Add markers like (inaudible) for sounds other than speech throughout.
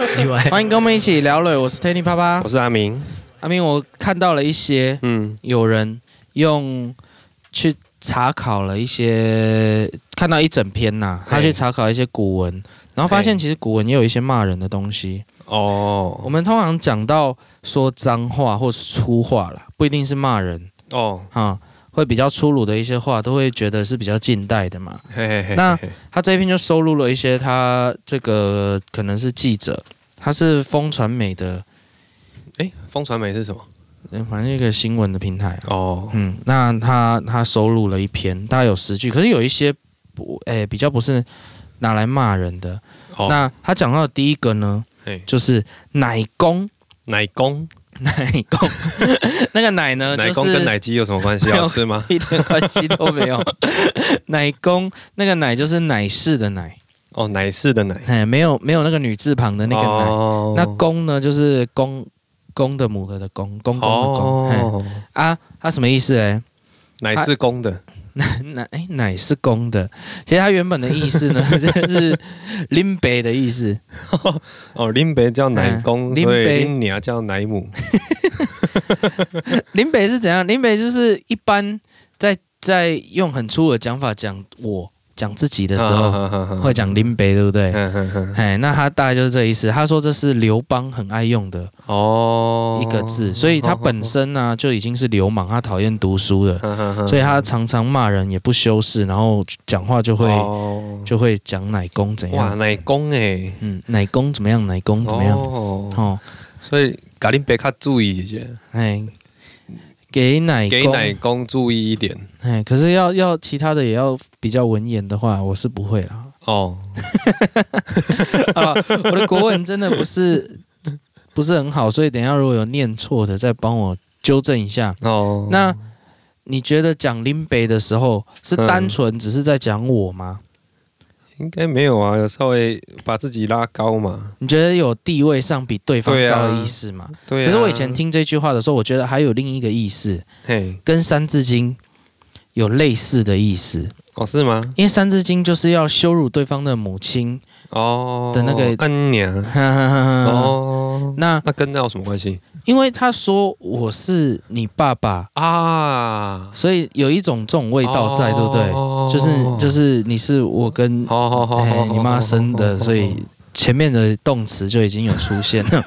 奇怪，欢迎跟我们一起聊了，我是 Tiny 啪啪我。是阿明，阿明，我看到了一些嗯，有人用去查考了一些，看到一整篇呐、他嘿去查考一些古文，然后发现嘿其实古文也有一些骂人的东西。我哦们通常讲到说脏话或是粗话啦，不一定是骂人哦，哈，会比较粗鲁的一些话，都会觉得是比较近代的嘛。嘿嘿嘿，那嘿嘿他这一篇就收录了一些他这个可能是记者，他是风传媒的，哎，风传媒是什么？嗯反正一个新闻的平台啊、哦，嗯，那他他收录了一篇，大概有十句，可是有一些不，诶、比较不是拿来骂人的。哦那他讲到的第一个呢嘿，就是奶公， (laughs) 奶公，奶公， (laughs) 那个奶呢，奶呃就公是跟奶鸡有什么关系？没有要吃吗？一点关系都没有。 (laughs) 奶公那个奶就是奶氏的奶，哦，奶是的奶，哎，没有没有那个女字旁的那个奶。哦那公呢，就是公公的母的的公，公公的公。哎哦，啊，它什么意思嘞？奶是公的，奶哎奶是公的，其实它原本的意思呢， (laughs) 就是林北的意思。哦，林北叫奶公，嗯林所以北林娘叫奶母，林北是怎样？林北就是一般在在用很粗的讲法讲我讲自己的时啊候，候会讲林北，对不嗯对？哎，那他大概就是这意思。他说这是刘邦很爱用的哦一个字，所以他本身呢、就已经是流氓，他讨厌读书嗯的，所以他常常骂人也不修饰，然后讲话就会、会就会讲奶公怎哦哇样，奶公哎，嗯，奶公怎么样，奶公怎么样，哦，哦所以咖林北卡注意一些，哎，给奶给公奶公注意一点哎，可是要要其他的也要比较文言的话，我是不会 (laughs) 啦。哦。好了，啊我的国文真的不是 (laughs) 不是很好，所以等一下如果有念错的，再帮我纠正一下。哦，那你觉得讲林北的时候是单纯只是在讲我吗？应该没有啊，有稍微把自己拉高嘛。你觉得有地位上比对方对啊高的意思吗？对、啊，可是我以前，听这句话的时候，我觉得还有另一个意思，嘿，跟《三字经》有类似的意思。哦是吗？因为《三字经》就是要羞辱对方的母亲，哦的那个安娘， (laughs) 哦，哦，那那跟那有什么关系因为他说我是你爸爸，啊？所以有一种这种味道在，对不对？对就是就，是你是我跟好好好哎好，你妈生的，所以前面的动词就已经有出现了。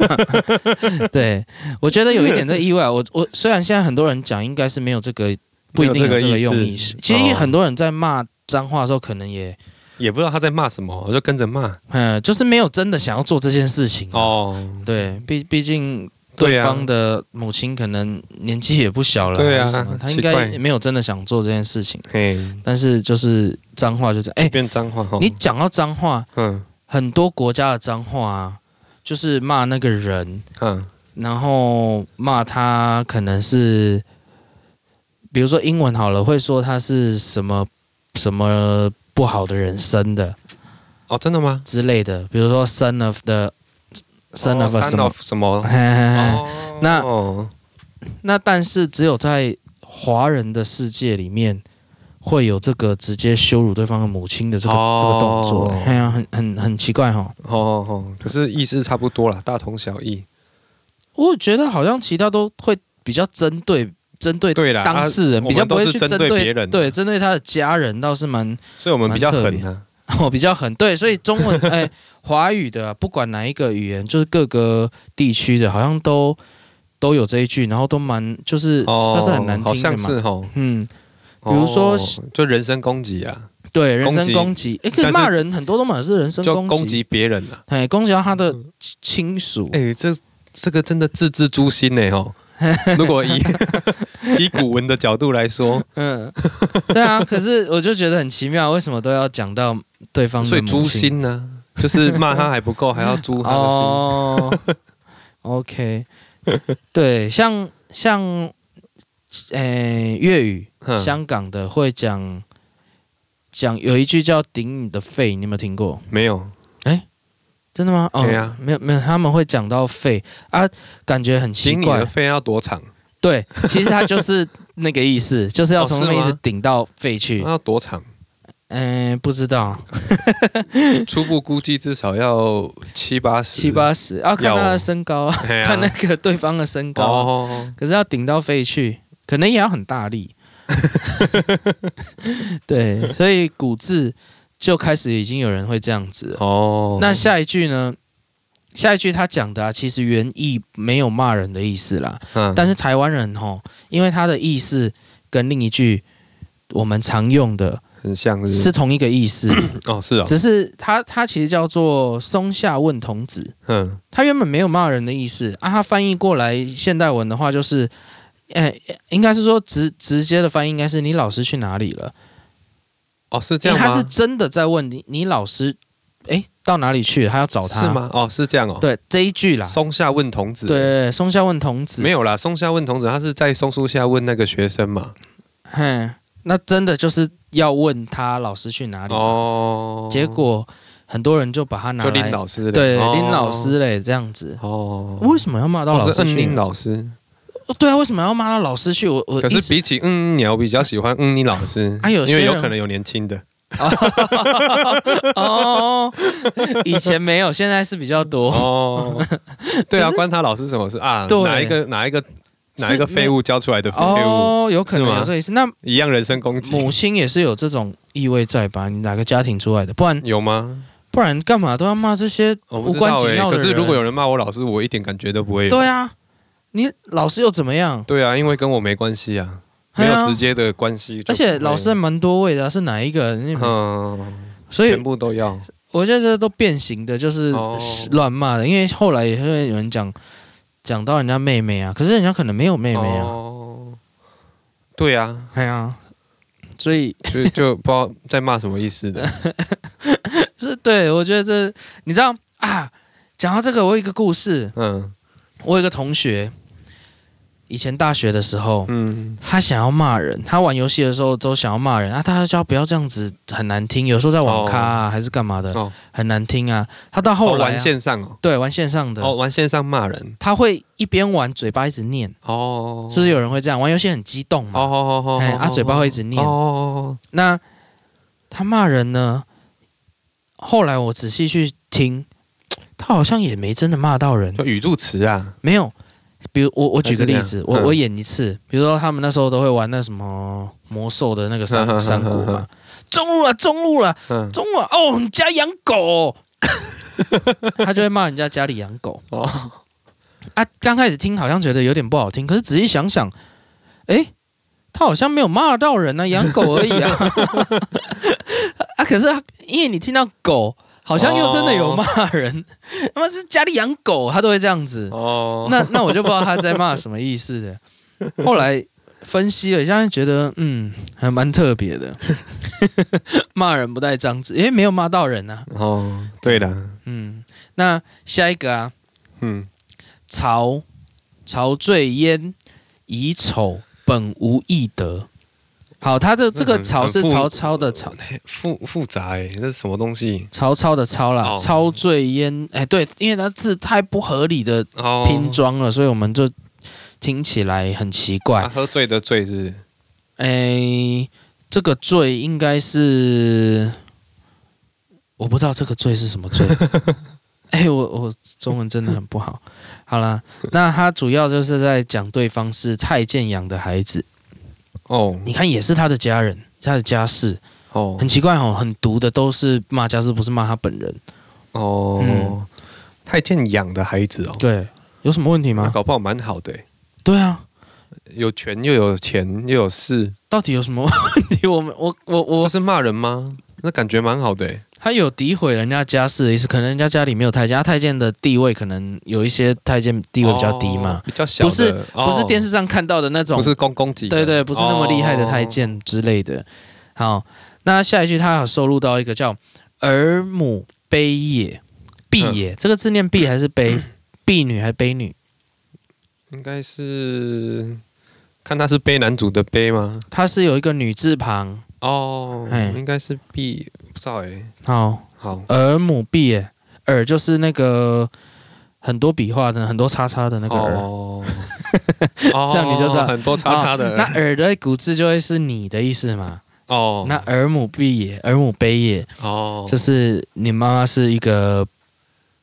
(laughs) 对，我觉得有一点这意外。我我虽然现在很多人讲应该是没有这个，不一定有这个用意意思。其实哦很多人在骂脏话的时候，可能也也不知道他在骂什么，我就跟着骂。嗯，就是没有真的想要做这件事情哦。哦，对，毕毕竟对对啊方的母亲可能年纪也不小了，对啊还是什么她奇应该怪没有真的想做这件事情，嘿，但是就是脏话就这样。哎、变脏话哈。你讲到脏话，嗯很多国家的脏话啊，就是骂那个人，嗯然后骂他可能是，比如说英文好了，会说他是什么什么不好的人生的哦，真的吗之类的，比如说 son of the son of a 哦什 son 么。 of 什么？嘿嘿嘿哦那哦那但是只有在华人的世界里面，会有这个直接羞辱对方的母亲的这个、哦这个动作，哎呀、很很很奇怪哈、哦。哦哦，可是意思差不多啦，大同小异。我觉得好像其他都会比较针对针对对啦，当事人，啊比较不会去我们都是针对别人的对针对他的家人倒是蛮 (laughs) 所以我们比较狠啊。我比较狠，对，所以中 (laughs) 文哎华语的啊不管哪一个语言，就是各个地区的，好像都都有这一句，然后都蛮就是、哦，它是很难好听的像嘛，是哦。嗯。比如说哦就人身攻击啊，对，人攻身击攻击，哎，可是但是骂人很多都满是人身就攻击，攻击别人啊。哎，攻击到他的亲亲属，哎、这这个真的字字诛心呢 (laughs) 哦。如果以以古文的角度来说，嗯， (laughs) 对啊，可是我就觉得很奇妙，为什么都要讲到对方的所以母诛亲心呢、就是骂他还 (laughs) 不够，还要诛他的心。哦 (laughs) ？OK，对，像像，哎，粤语，哼香港的会讲讲有一句叫“顶你的肺”，你有没有听过？没有真的吗？哦，对啊没有没有，他们会讲到肺啊，感觉很奇顶你怪的。肺要多长？对，其实它就是那个意思，就是要哦从是那个意思哦吗顶到肺去那。要多长？嗯，不知道初步估计至少要七八十，七八十啊，看要他的身高啊，嘿 (laughs) 啊，看那个对方的身高啊、哦，可是要顶到肺去，可能也要很大 (laughs) 力。对，所以古字就开始已经有人会这样子了。哦，那下一句呢？下一句他讲的啊，其实原意没有骂人的意思啦，嗯但是台湾人吼，因为他的意思跟另一句我们常用的很像是是同一个意思，哦，是哦，只是他他其实叫做松下问童子，嗯，他原本没有骂人的意思啊，他翻译过来现代文的话就是，呃，应该是说直直接的翻译应该是你老师去哪里了，哦，是这因为样吗？他是真的在问你，你老师诶到哪里去了，他要找他是？吗？哦，是这样哦。，对这一句啦，松下问童子。对，对松下问童子，没有啦，松下问童子，他是在松树下问那个学生嘛。哼，那真的就是要问他老师去哪里，哦，结果很多人就把他拿就来林老师嘞对哦林老师嘞这样子，哦，为什么要骂到老我师是去嗯林老师，哦对啊，为什么要骂到老师去？我我可一是直比起嗯鸟，比较喜欢嗯林老师，啊有些因为有人可能有年轻的哦，以前没有，现在是比较 (laughs) 多。哦。 (laughs) 对啊，关他老师什么事啊？对哪一个哪一个哪一个是废物教出来的废物，哦，有可能哎是吗有这意思。 (laughs) 那一样人身攻击，母亲也是有这种意味在吧？你哪个家庭出来的？不然有吗？不然干嘛都要骂这些我无不知关道紧欸要的可人？是如果有人骂我老师，我一点感觉都不会有。对啊，你老师又怎么样？对啊，因为跟我没关系啊，没哎有呀直接的关系而就不会。且老师还蛮多位的啊、是哪一个？你 (laughs) 嗯，所以全部都要。我觉得这都变形的，就是哦乱骂的。因为后来也会有人讲讲到人家妹妹啊，可是人家可能没有妹妹啊，哦，对啊，哎呀，所以就就不知道在骂什么意思的。 (laughs) 是对，我觉得这你知道啊，讲到这个，我有一个故事，嗯我有一个同学，以前大学的时候，嗯，他想要骂人，他玩游戏的时候都想要骂人啊，大家叫不要这样子，很难听。有时候在网咖啊，还是干嘛的，哦很难听啊。他到后哦，来啊、玩线上哦，对玩线上的，哦，玩线上骂人他会一边玩嘴巴一直念，哦，是不是有人会这样玩游戏很激动哦嘛？哦哦哎，哦，啊，嘴巴会一直念。哦，那他骂人呢？后来我仔细去听，他好像也没真的骂到人，就语助词啊，没有。比如我我举个例还是这子样，我嗯我演一次，比如说他们那时候都会玩那什么魔兽的那个 (laughs) 山山谷嘛，中路了中路了嗯，中路了哦，你家养狗 (laughs) 哦、他就会骂人家家里养狗哦，啊。刚开始听好像觉得有点不好听，可是仔细想想，诶，他好像没有骂到人啊，养狗而已啊。啊，可是他因为你听到狗，好像又真的有骂人，他妈是家里养狗，他都会这样子。哦，那那我就不知道他在骂什么意思的。后来分析了一下，觉得嗯，还蛮特别的，骂人不带脏字，诶，没有骂到人啊。哦，对的，嗯，那下一个啊，嗯，曹曹醉焉，以丑本无易德。好，他这这个很曹是很复曹操的曹，嘿复复杂哎，这是什么东西？曹操的操啦，哦曹醉焉。哎，对，因为他字太不合理的哦，拼装了，所以我们就听起来很奇怪啊，。喝醉的醉是不是哎，这个罪应该是我不知道这个罪是什么罪。 (laughs) 哎，我我中文真的很不好。好啦，那他主要就是在讲对方是太监养的孩子，哦你看也是他的家人，他的家世，哦很奇怪哦，很毒的都是骂家世，不是骂他本人。嗯哦，太监养的孩子哦，对，有什么问题那吗？搞不好蛮好的欸，对啊，有权又有钱又有势，到底有什么问题？ (laughs) 我们我我不我，是骂人吗？那感觉蛮好的欸，他有诋毁人家家世的意思，可能人家家里没有太监，啊他太监的地位可能有一些太监地位比较低嘛哦，，比较小的，不是哦不是电视上看到的那种不，是公公级的，对哦对，不是那么厉害的太监之类的。好，那下一句他有收录到一个叫“儿母悲也”，婢也、这个字念婢还是悲？婢女还是悲女？哦，应该是看他是悲男主的悲吗？它是有一个女字旁。哦哎，应该是必不知道哎，好，好儿哦母婢也，儿就是那个很多笔画的、很多叉叉的那个儿。哦， (laughs) 这样你就知道哦很多叉叉哦的那，儿的古字就会是你的意思嘛？哦，那儿母婢也，儿母卑也，哦，就是你妈妈是一个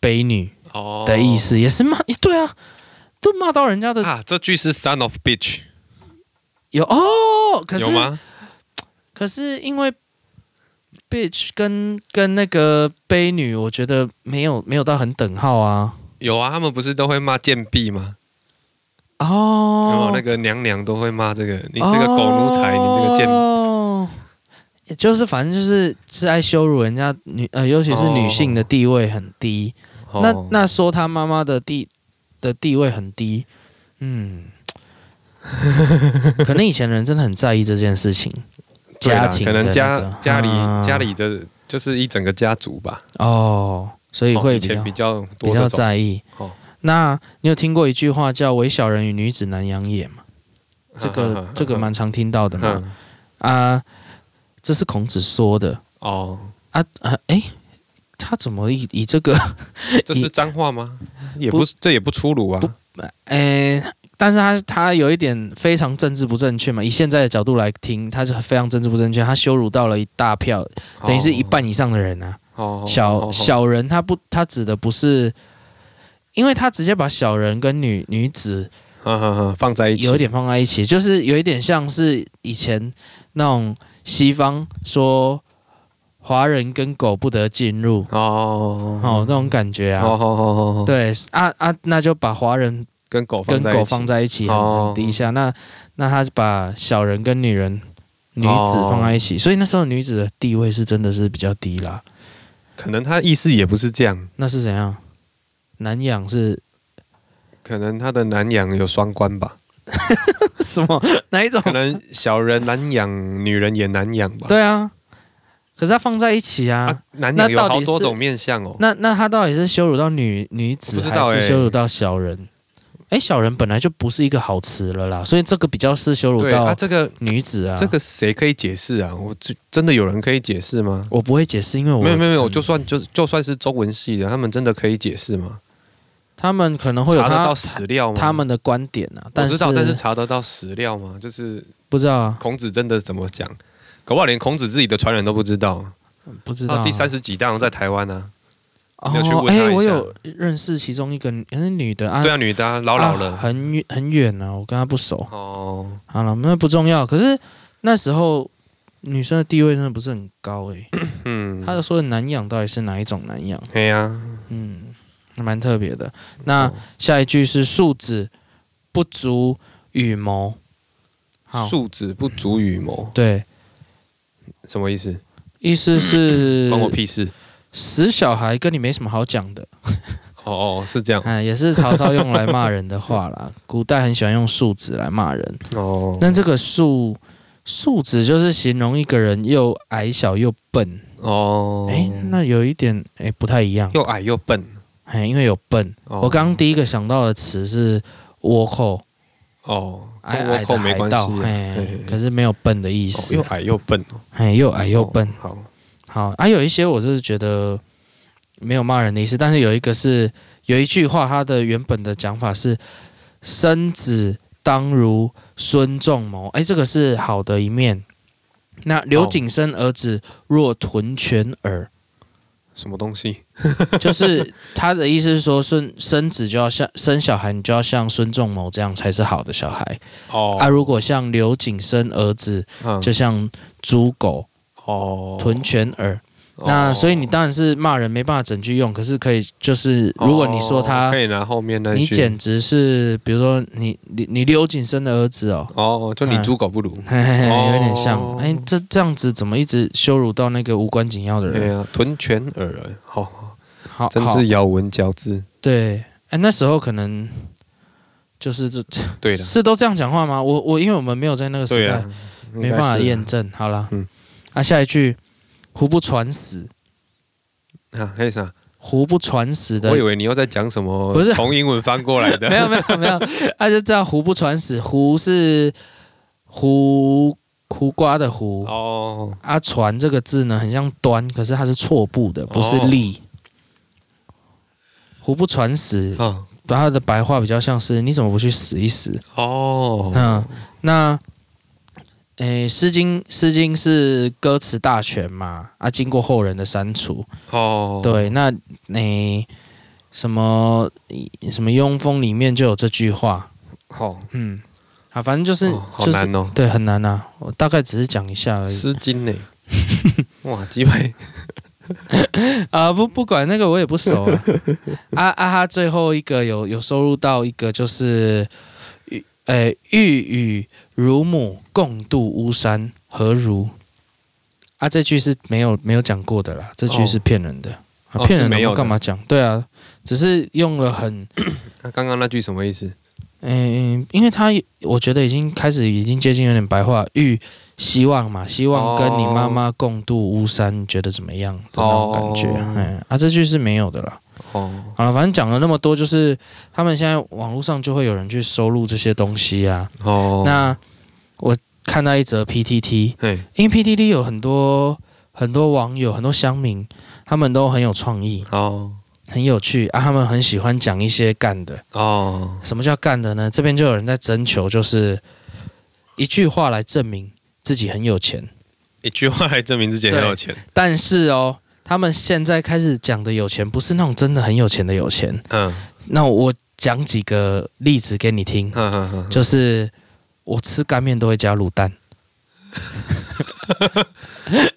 卑女哦的意思，也是骂，对啊，都骂到人家的、啊。这句是 “son of bitch” 有哦，可是有吗？可是因为 bitch 跟跟那个卑女，我觉得没有没有到很等号啊。有啊，他们不是都会骂贱婢吗？然哦后，那个娘娘都会骂这个，你这个狗奴才，你这个贱婢。哦，也就是反正就是是爱羞辱人家女呃，尤其是女性的地位很低。那哦那说他妈妈的地的地位很低， (laughs) 嗯，可能以前人真的很在意这件事情。 (laughs) 对啦家庭可的能家、那个家里、啊家里的就是一整个家族吧，哦，所以哦会以比较前比较比多较这种。在意。哦那你有听过一句话叫“唯小人与女子难养也” (laughs) 吗？这哈哈 (laughs) 个哈这个蛮常听到的 (laughs) 嘛。嗯啊，这是孔子说的哦，啊啊！哎，他怎么以以这个？这是脏话吗？也不，这也不粗鲁啊。哎，但是他他有一点非常政治不正确嘛。以现在的角度来听，他是非常政治不正确，他羞辱到了一大票，哦等于是一半以上的人啊。哦小哦小人，他不他指的不是，因为他直接把小人跟女女子哈哈哈放在一起有一点放在一起，就是有一点像是以前那种西方说华人跟狗不得进入，哦哦，那种感觉哦啊。哦哦哦，对啊啊，那就把华人跟狗跟在一狗起放在一起很哦很低下，那那他就把小人跟女人。女子放在一哦起，所以那时候女子的地位是真的是比较低啦。可能他意思也不是这样，那是怎样？难养 (laughs) 是可能他的南洋有双 (laughs) 关吧，什么？哪一种可？能小人难养，女人也难养吧。 (laughs) 对啊，可是它放在一起啊啊，南洋有那到底好多是种面相哦。那那他到底是羞辱到女女子，我不知道还是欸羞辱到小人？哎、小人本来就不是一个好词了啦，所以这个比较是羞辱对啊，到这个女子啊。这个谁可以解释啊？我这真的有人可以解释吗？我不会解释，因为我没有没有没有，嗯就算就就算是中文系的，他们真的可以解释吗？他们可能会有查得他到史料吗？他们的观点啊，我但知是道，但是查得到史料吗？就是不知道啊，孔子真的怎么讲？搞不好连孔子自己的传人都不知道。哦不知道啊、到第三十几代在台湾啊呢、哦你有去问，他哎、一下我有认识其中一个女是女的啊，对啊，女的啊、老老啊了。很远很远呢、啊，我跟她不熟。哦，好了，那不重要。可是那时候女生的地位真的不是很高哎、嗯，她说的难养到底是哪一种难养？哎呀、嗯，还蛮特别哦的。那下一句是树子不足与谋。好，素质不足与谋，对，什么意思？意思是关我屁事。死小孩跟你没什么好讲的。哦哦，是这样。嗯，也是曹操用来骂人的话 (laughs) 啦。古代很喜欢用树子来骂人，哦，但这个树树子就是形容一个人又矮小又笨。哦，哎、那有一点哎、不太一样。又矮又笨。哎，因为有笨，哦我刚刚第一个想到的词是倭寇。哦，矮跟矮倭的寇没海关系盗，啊、哎嘿嘿，可是没有笨的意哦思又，矮又笨哦，哎，又矮又笨哦。好，好，啊，有一些我就是觉得没有骂人的意思，但是有一个是有一句话，它的原本的讲法是“生子当如孙仲谋”，哎，这个是好的一面。那刘景生儿子若屯犬耳，什么东西？就是他的意思是说，孙生子就要像生小孩，你就要像孙仲谋这样才是好的小孩哦啊。如果像刘景生儿子，嗯就像猪狗哦屯犬耳，那所以你当然是骂人没办法整句用，可是可以就是如果你说哦他，可以拿后面那一你句简直是，比如说你你你刘景生的儿子哦， (laughs) 哦，就你嗯猪狗不如，嘿嘿嘿，有点像，哦哎，这这样子怎么一直羞辱到那个无关紧要的对人？啊，屯犬耳，好，好好，真嗯好是咬文嚼字。对，哎，那时候可能就是这对的，是都这样讲话吗？我我因为我们没有在那个时对代啊，，应该没办法是啊验证。好了，嗯啊，下一句，胡不传死，啊，还有啥？胡不传死的我以为你又在讲什么，不是从英文翻过来的， (laughs) 没有没有没有，他就叫胡不传死，胡是胡胡瓜的胡。 (laughs) 哦啊，传这个字呢，很像端，可是它是错部的，不是哦立。胡不传死，啊它的白嗯话比较像是你怎么不去死一死？哦，嗯，那诶，《诗经》《诗经》是歌词大全嘛，啊，经过后人的删除，哦，对，那诶、什么什么庸风里面就有这句话，好，嗯，啊，反正就是、哦好就是哎难哦，对很难啊，我大概只是讲一下而《已诗经》 (laughs) 呢，哇，几百，啊，不不管那个我也不熟啊， (laughs) 啊啊哈，最后一个有有收录到一个就是，呃，欲与乳母共度巫山，何如？啊，这句是没有没有讲过的啦，这句是骗人的，哦啊骗、是人没的有我干的嘛讲？对啊，只是用了很那刚刚那句什么意思？嗯，因为他我觉得已经开始已经接近有点白话，欲希望嘛，希望跟你妈妈共度巫山，你觉得怎么样的那种感觉？哦哎、啊，这句是没有的啦。哦，好了，反正讲了那么多，就是他们现在网络上就会有人去收录这些东西啊。哦，那我看到一则 PTT，嘿，因为 PTT 有很多很多网友、很多乡民，他们都很有创意、哦，很有趣啊，他们很喜欢讲一些干的。哦，什么叫干的呢？这边就有人在征求，就是一句话来证明自己很有钱。一句话来证明自己很有钱，但是哦，他们现在开始讲的有钱，不是那种真的很有钱的有钱。嗯，那我讲几个例子给你听，哈哈哈，就是我吃干面都会加卤 (laughs) 蛋，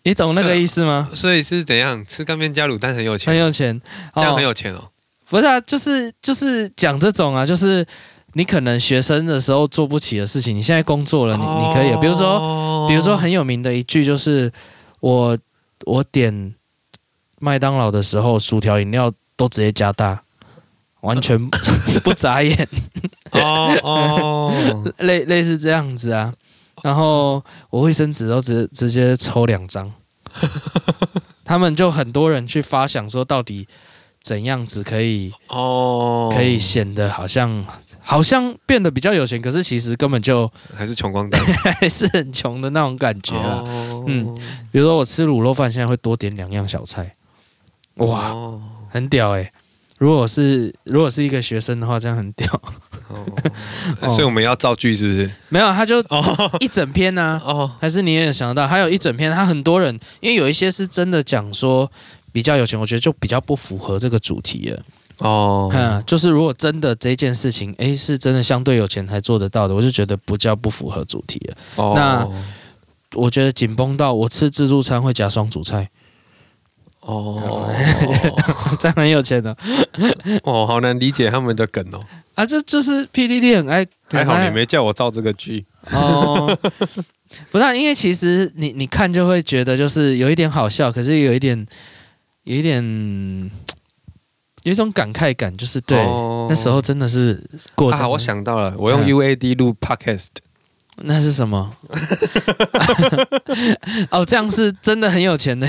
你懂那个意思 (laughs) 吗？所以是怎样吃干面加卤蛋很有很钱，有钱，这样很哎哦、有钱哦，不是啊，就是就是讲这种啊，就是你可能学生的时候做不起的事情，你现在工作了，你你可以，啊比如说。说比如说很有名的一句就是我我点麦当劳的时候，薯条饮料都直接加大，完 (laughs) 全不眨眼， (laughs) 哦哦，类类似这样子啊。然后我卫生纸都直直接抽两张， (laughs) 他们就很多人去发想说到底怎样子可以哦，可以显得好像好像变得比较有钱，可是其实根本就还是穷光蛋， (laughs) 还是很穷的那种感觉啊。哦嗯，比如说我吃卤肉饭，现在会多点两样小菜，哇，哦，很屌哎、如果是如果是一个学生的话，这样很 (laughs) 屌。哦所以我们要造句是不是？没有，啊他就哦一整篇呢、哦还是你也想得到，还有一整篇，他很多人，因为有一些是真的讲说比较有钱，我觉得就比较不符合这个主题了。哦，嗯，就是如果真的这件事情，诶，是真的相对有钱才做得到的，我就觉得不叫不符合主题了。哦那我觉得紧绷到我吃自助餐会夹双主 (laughs) 菜，哦这样很有钱的、 (laughs) 哦，好难理解他们的梗哦， (laughs) 啊，这就是 PDD 很爱，还很好爱你没叫我造这个句哦，不是啊、因为其实你你看就会觉得就是有一点好笑，可是有一点有一点有一种感慨感，就是对、哦那时候真的是过这啊，样我想到了，我用嗯 UAD 录 podcast，那是什么？ (laughs) 哦，这样是真的很有钱的。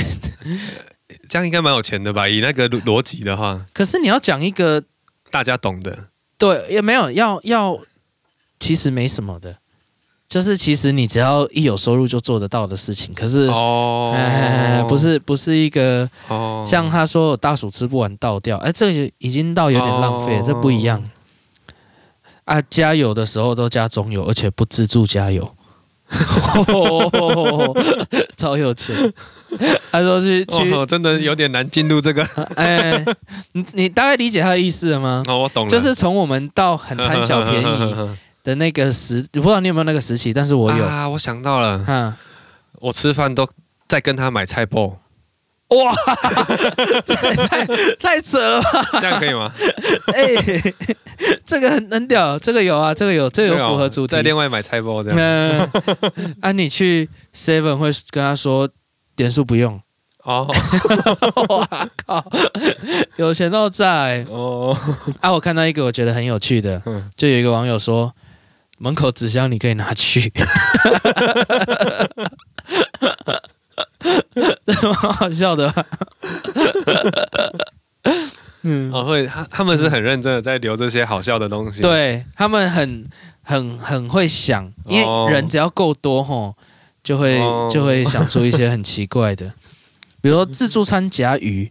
这样应该蛮有钱的吧？以那个逻辑的话，可是你要讲一个大家懂的对，也没有要要，其实没什么的，就是其实你只要一有收入就做得到的事情，可是。哎哦，不是不是一个哦，像他说我大薯吃不完倒掉，哎、这个已经到有点浪费，哦这不一样。啊，加油的时候都加中油，而且不自助加油， (laughs) 超有钱。他说去去，哦，真的有点难进入这个。哎、你你大概理解他的意思了吗？哦，我懂了，嗯就是从我们到很贪小便宜 (laughs) 的那个时，我不知道你有没有那个时期，但是我有。啊，我想到了，哈，我吃饭都在跟他买菜包，哇，这也 (laughs) 太太扯了吧！这样可以吗？ (laughs) 哎、这个很很屌，这个有啊，这个有，这个有符啊合主题。嗯在另外买菜包这样。那啊，你去 Seven 会跟他说点数不 (laughs) 用。哦哇靠，有钱到炸欸！哦，啊，我看到一个我觉得很有趣的嗯，就有一个网友说，门口纸箱你可以拿 (laughs) 去，这蛮好笑的吧？嗯， (laughs) 哦，会他他们是很认真的在留这些好笑的东西。，对他们很很很会想，因哦为人只要够多吼，就会、哦就会想出一些很奇怪 (laughs) 的，比如说自助餐夹鱼，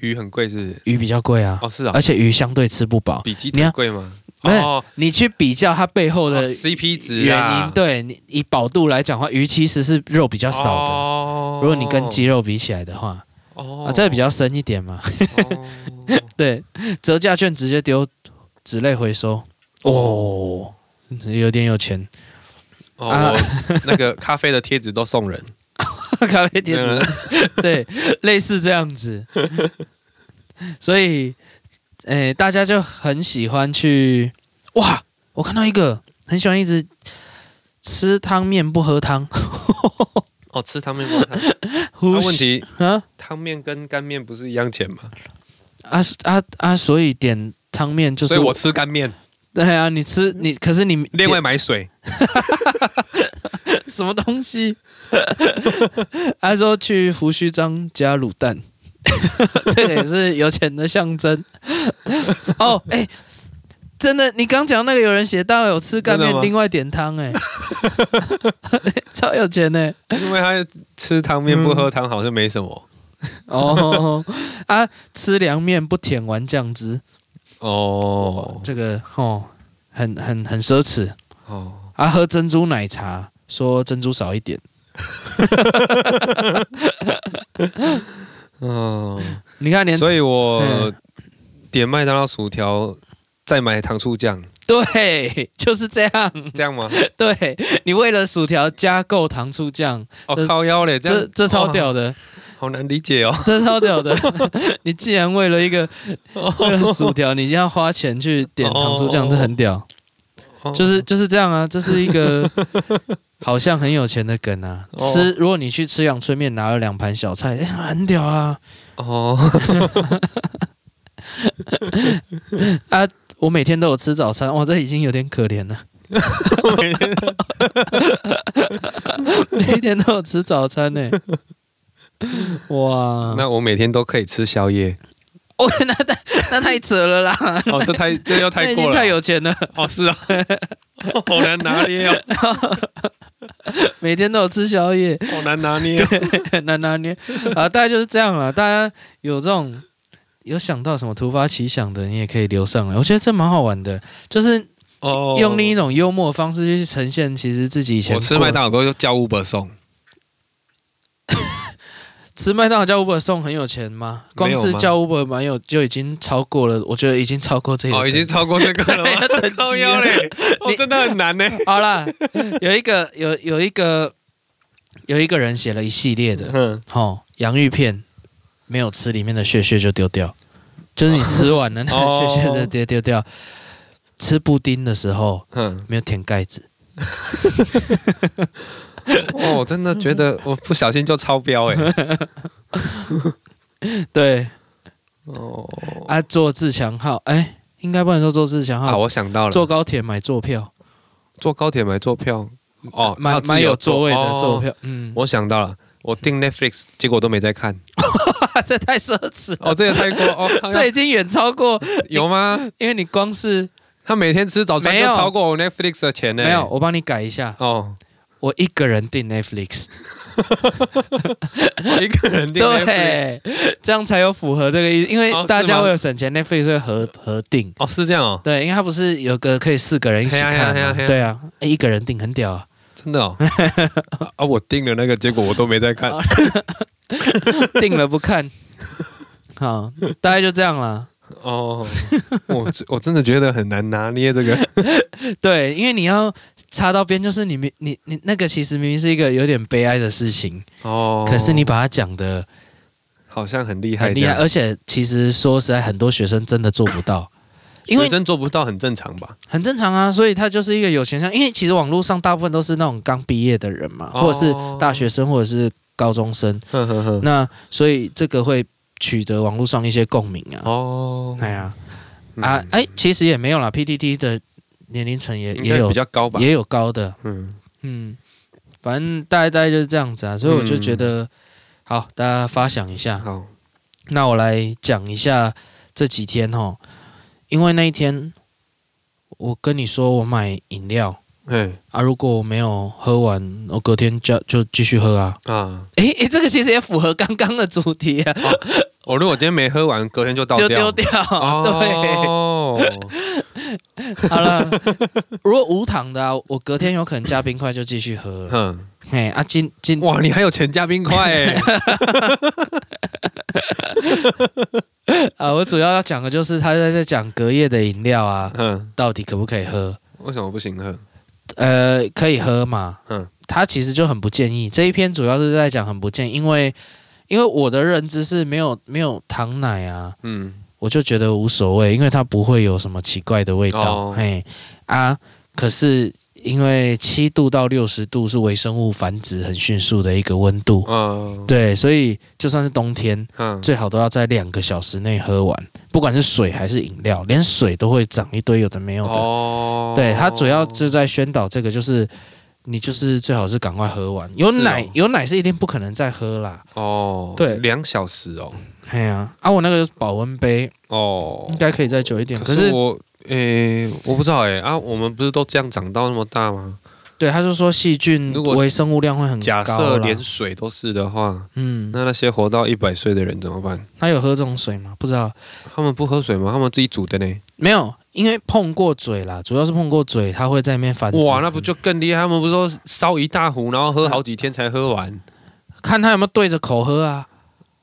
鱼很贵是不是？鱼比较贵啊，哦，是啊而，且鱼相对吃不饱。比鸡你腿要贵吗？没有哦呃你去比较它背后的哦 CP 值原因，对你以饱度来讲的话，鱼其实是肉比较少的。的如果你跟鸡肉比起来的话，哦啊，这比较深一点嘛。哦 (laughs) 对，折价券直接丢纸类回收。哦，有点有钱，哦，啊我那个咖啡的贴纸都送人，咖啡 (laughs) 贴纸， (laughs) 对，类似这样 (laughs) 子。所以，诶、大家就很喜欢去哇！我看到一个很喜欢一直吃汤面不喝汤， (laughs) 哦，吃汤面不看。那问题，啊汤面跟干面不是一样钱吗？啊啊啊！所以点汤面就是所以我吃干面，对啊，你吃你可是你另外 (laughs) 买水。点 (laughs) 什么东 (laughs) 西？他说去胡须章加卤蛋， (laughs) 这个也是有钱的象 (laughs) 征。哦，哎、真的，你刚讲那个有人写到有吃干真的面，吗另外点汤、哎， (laughs) 超有钱呢、因为他吃汤面不喝汤好像没 (laughs) 什么。哦 (laughs) 啊，吃凉面不舔完酱汁，哦这个哦，很很很奢侈。哦，啊，喝珍珠奶茶，说珍珠少一点。 (laughs) 嗯，你看连吃，所以我嗯点麦当劳薯条，再买糖醋 (laughs) 酱，对，就是这样。这样吗？ (laughs) 对你为了薯条加购糖醋酱，哦，这靠腰嘞，这样哦这超，屌的，哇好难理解哦。这超屌的。 (laughs) 你既然为了一个为了薯条，你就要花钱去点糖醋哦酱，这很屌。就是就是这样啊，这是一个 (laughs) 好像很有钱的梗啊。哦吃，如果你去吃阳春面，拿了两盘小菜，哎，很屌啊。 (laughs) 哦，我每天都有吃早餐，哇，这已经有点可怜了。每天每天都有吃早餐呢、哇， (laughs) 那我每天都可以吃宵夜。哦，那太那太扯了啦，哦，这太这又那 (laughs) 太已过经了。太有钱了，哦，是啊， (laughs) 好难拿捏哦，每天都有吃宵夜， (laughs) 好难拿捏哦。很难拿 (laughs) 捏啊。大概就是这样了。大家有这种有想到什么突发奇想的，你也可以留上来。我觉得这蛮好玩的，就是哦用另一种幽默的方式去呈现，其实自己以前我吃过麦当劳都叫 Uber 送，吃麦当劳叫 Uber 送很有钱吗？光没是有吗叫 Uber 蛮有就已经超过了，我觉得已经超过这个哦，已经超过这个 (laughs) 了吗等级了？靠腰 (laughs) 嘞，哦，你真的很 (laughs) 难呢。好啦，有一个有有一个有一个人写了一系列的，嗯，哦，洋芋片没有吃里面的屑屑就丢掉，就是哦你吃完了那个屑屑就直接丢掉。吃布丁的时候嗯，没有舔盖子， (laughs) 哦，我真的觉得我不小心就超标 (laughs) 哎。对哦，啊，坐自强号，哎，应该不能说坐自强啊，号，我想到了，坐坐高铁买坐票，啊坐高铁买坐票，哦，买要自由买有座位的坐。哦票，嗯，我想到了，我订 Netflix，结果都没在看。哇，这太奢侈了，哦，这也太过 (laughs) 哦，靠腰这已经远超过，有吗？因为你光是他每天吃早餐没就有超过我 Netflix 的钱呢。欸没有，我帮你改一下，哦， (laughs) 我一个人订 Netflix。我一个人订 Netflix。对，这样才有符合这个意思，因为哦是大家吗为了省钱，Netflix 会合合订。哦，是这样哦，对，因为它不是有个可以四个人一起嘿呀嘿呀看嘿呀吗嘿呀对啊，哎一个人订很 (laughs) 屌啊。真的哦。啊，我订了那个，结果我都没在哦看。订了不看， (laughs) 好，大概就这样啦。哦，我我真的觉得很难拿捏这个。 (laughs) 对，因为你要插到边，就是你明你你那个其实明明是一个有点悲哀的事情，哦，可是你把它讲的好像很厉害啊很这厉害，样，而且其实说实在，很多学生真的做不 (laughs) 到，因为学生做不到很正常吧？很正常啊，所以他就是一个有钱像，因为其实网络上大部分都是那种刚毕业的人嘛，哦或者是大学生，或者是高中生，呵呵呵。那所以这个会取得网络上一些共鸣啊。哦，哎呀嗯啊，哎，其实也没有啦，PTT 的年龄层也嗯应也该有比较高吧？也有高的，嗯，嗯，反正大概大概就是这样子啊，所以我就觉嗯得、好，大家发想一下。好，那我来讲一下这几天哦，因为那一天我跟你说我买饮料。哎啊，如果我没有喝完，我隔天就就继续喝啊。啊，诶诶，这个其实也符合刚刚的主题啊。我哦如果今天没喝完，隔天就倒就掉。丢掉。 (laughs) 对，哦，好了， (laughs) 如果无糖的、啊，我隔天有可能加冰块就继续喝 (laughs) 了。哼，嘿啊，今今哇，你还有钱加冰块 (laughs) 欸啊，我主要要讲的就是他在在讲隔夜的饮料啊，嗯，到底可不可以喝？为什么不行喝？呃，可以喝嘛。嗯嗯，他其实就很不建议这一篇，主要是在讲很不建议，因为因为我的认知是没有没有糖奶啊，嗯，我就觉得无所谓，因为它不会有什么奇怪的味道。哦嘿啊，可是因为七度到六十度是微生物繁殖很迅速的一个温度，哦，对，所以就算是冬天，嗯，最好都要在两个小时内喝完，不管是水还是饮料，连水都会长一堆有的没有的。哦对他主要就在宣导这个，就是你就是最好是赶快喝完，有是哦奶、有奶是一定不可能再喝啦。哦，对两小时哦，哎呀、啊，我那个保温杯哦，应该可以再久一点，可可是是我，诶、我不知道诶、啊，我们不是都这样长到那么大吗？对他就说细菌如果微生物量会很高假设啦连水都是的话，嗯，那那些活到一百岁的人怎么办？他有喝这种水吗？不知道，他们不喝水吗？他们自己煮的呢？没有，因为碰过嘴啦，主要是碰过嘴，它会在那边繁殖。哇，那不就更厉害？他们不是说烧一大壶，然后喝好几天才喝完？看他有没有对着口喝啊？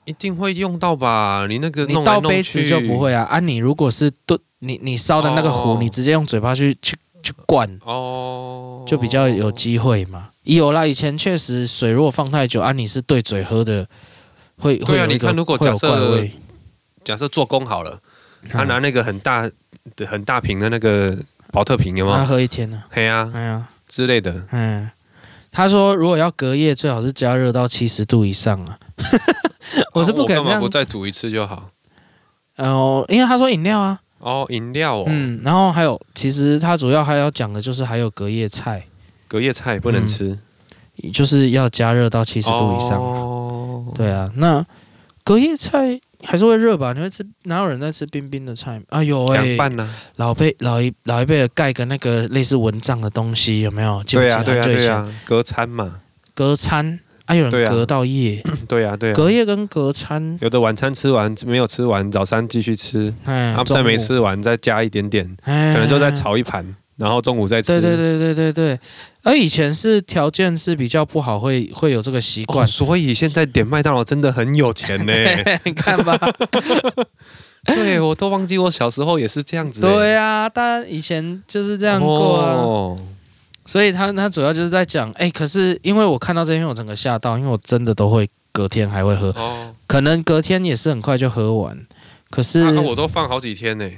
一定会用到吧？你那个你弄来倒弄杯去子就不会啊。啊，你如果是对你你烧的那个壶，哦你直接用嘴巴去去去灌，哦，就比较有机会嘛。有啦，以前确实水如果放太久啊，你是对嘴喝的，会会对啊有一你个看如果会有假设怪味，假设做工好了，他嗯拿那个很大很大瓶的那个保特瓶有没他有？喝一天呢、嘿啊哎呀，，之类的嗯，他说如果要隔夜，最好是加热到七十度以上啊。 (laughs) 我是不啊敢干这嘛样不，再煮一次就好？呃，因为他说饮料啊，哦，饮料哦，嗯，然后还有，其实他主要还要讲的就是还有隔夜菜，隔夜菜不能嗯吃，就是要加热到七七十度以上。哦，对啊，那隔夜菜还是会热吧？你会吃？哪有人在吃冰冰的菜啊？有哎、凉拌呢？老辈老一老一辈的盖个那个类似蚊帐的东西，有没有？记不记对得啊，对啊，最对小啊，隔餐嘛，隔餐啊，有对人啊隔到夜，对啊，对啊。隔夜跟隔餐，有的晚餐吃完没有吃完，早餐继续吃，哎，啊，中再没午，吃完再加一点点，哎，可能就再吵。炒一盘，然后中午再吃。对对对对对对，而以前是条件是比较不好，会会有这个习哦， (laughs) 惯。所以现在点麦当劳真的很有钱呢。你看吧， (laughs) 对，我都忘记我小时候也是这样子。对啊，啊，大家以前就是这样过啊。哦，所以他他主要就是在讲，哎、可是因为我看到这篇，我整个吓到，因为我真的都会隔天还会喝，哦，可能隔天也是很快就喝完。可是那啊我都放好几天呢。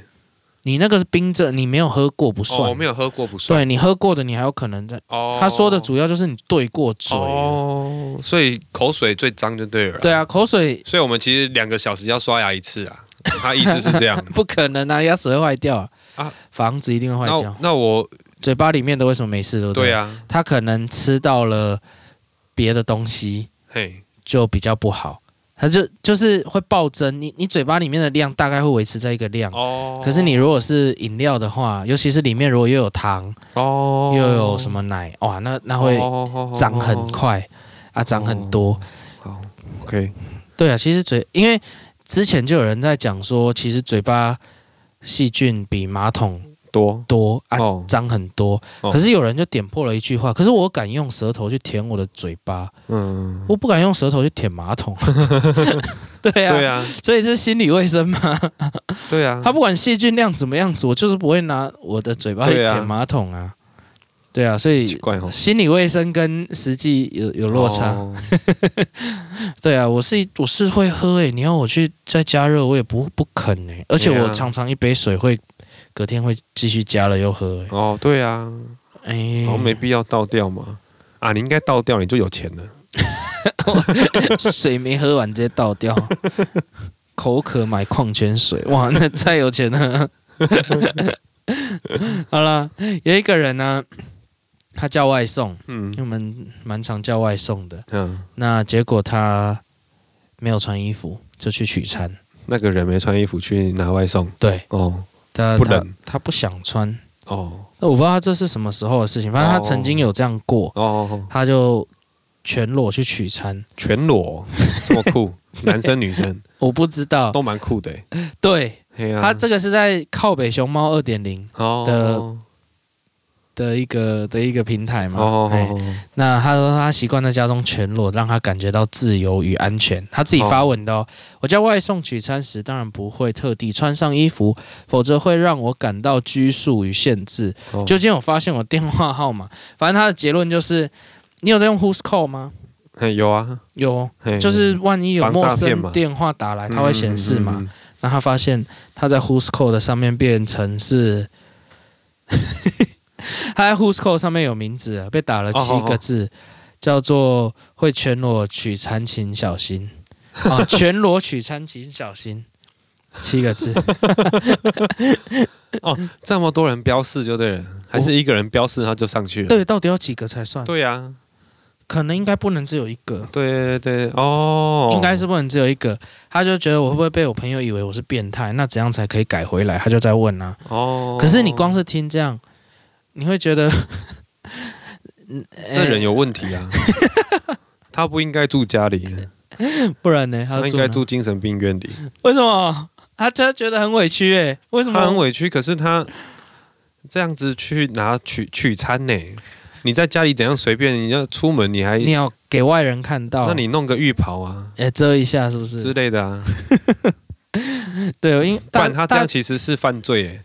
你那个是冰着，你没有喝过不算，哦，我没有喝过，不算。对你喝过的，你还有可能在。哦，他说的主要就是你对过嘴，哦，所以口水最脏就对了。对，啊，口水所以我们其实两个小时要刷牙一次啊。他意思是这样不可能啊，牙齿会坏掉啊，啊房子一定会 (laughs) 坏那掉，那我嘴巴里面的为什么没事，对不对？对啊，啊，他可能吃到了别的东西，嘿，就比较不好，它就就是会暴增。你你嘴巴里面的量大概会维持在一个量，哦，可是你如果是饮料的话，尤其是里面如果又有糖、哦又有什么奶，哇，那那会长很快、啊，长很多。哦好，OK，对啊，其实嘴因为之前就有人在讲说，其实嘴巴细菌比马桶多多啊哦，脏、很多。哦可是有人就点破了一句话，可是我敢用舌头去舔我的嘴巴，嗯，我不敢用舌头去舔马桶。 (laughs) 对啊，对啊，所以这是心理卫生嘛？对啊，他不管细菌量怎么样子，我就是不会拿我的嘴巴去对啊舔马桶啊。对啊，所奇以怪哦，心理卫生跟实际有有落差。哦对啊，我是我是会喝诶、你要我去再加热，我也不不肯诶、而且对啊我常常一杯水会隔天会继续加了又喝诶、哦，(laughs) 对啊，欸。好像没必要倒掉嘛。啊，你应该倒掉，你就有钱了。水没喝完直接倒掉，口渴买矿泉水，哇，那太有钱了。 (laughs) 好了，有一个人呢、他叫外送，嗯因为我们蛮常叫外送的。嗯，那结果他没有穿衣服，就去取餐。那个人没穿衣服去拿外送，对，哦他不他冷他不想穿，哦那我不知道他这是什么时候的事情，反正他哦曾经有这样过，哦，他就全裸去取餐。全裸，这么 (laughs) 酷，男生女生我不知道。都蛮酷的欸。对，嘿啊它这个是在靠北熊猫二点零哦的一个的一个平台哦嘛。哦哎哦那他说他习惯在家中全裸，让他感觉到自由与安全。他自己发文的哦。我叫外送取餐时，当然不会特地穿上衣服，否则会让我感到拘束与限制。哦究竟我发现我电话号码，反正他的结论就是，你有在用 Who's Call 吗？嘿有啊，有哦，嘿就是万一有防诈陌骗生嘛电话打来，它会显示嘛。？嗯嗯嗯那他发现他在 Who's Call 的上面变成是， (laughs) 他在 Who's Call 上面有名字了，被打了七个哦字，叫做“会全裸取餐请小 (laughs) 心”啊，全裸取餐请小心，七个 (laughs) 字。嗯这么多人标示就对了，还是一个人标示他就上去了？对，到底要几个才算？对呀，可能应该不能只有一个，对对对，哦，应该是不能只有一个。他就觉得我会不会被我朋友以为我是变态？那怎样才可以改回来？他就在问啊。哦。可是你光是听这样，你会觉得 (laughs) 嗯这哎人有问题 (laughs) 啊，他不应该住家里，不然呢？他要他应住该哪住精神病院里。为什么？他他觉得很委屈哎、为什么？他很委屈，可是他这样子去拿取取餐呢？你在家里怎样随便？你要出门你还你要给外人看到，那你弄个浴袍啊也遮一下是不是？之类的啊，对，因不大然他这大样其实是犯罪耶。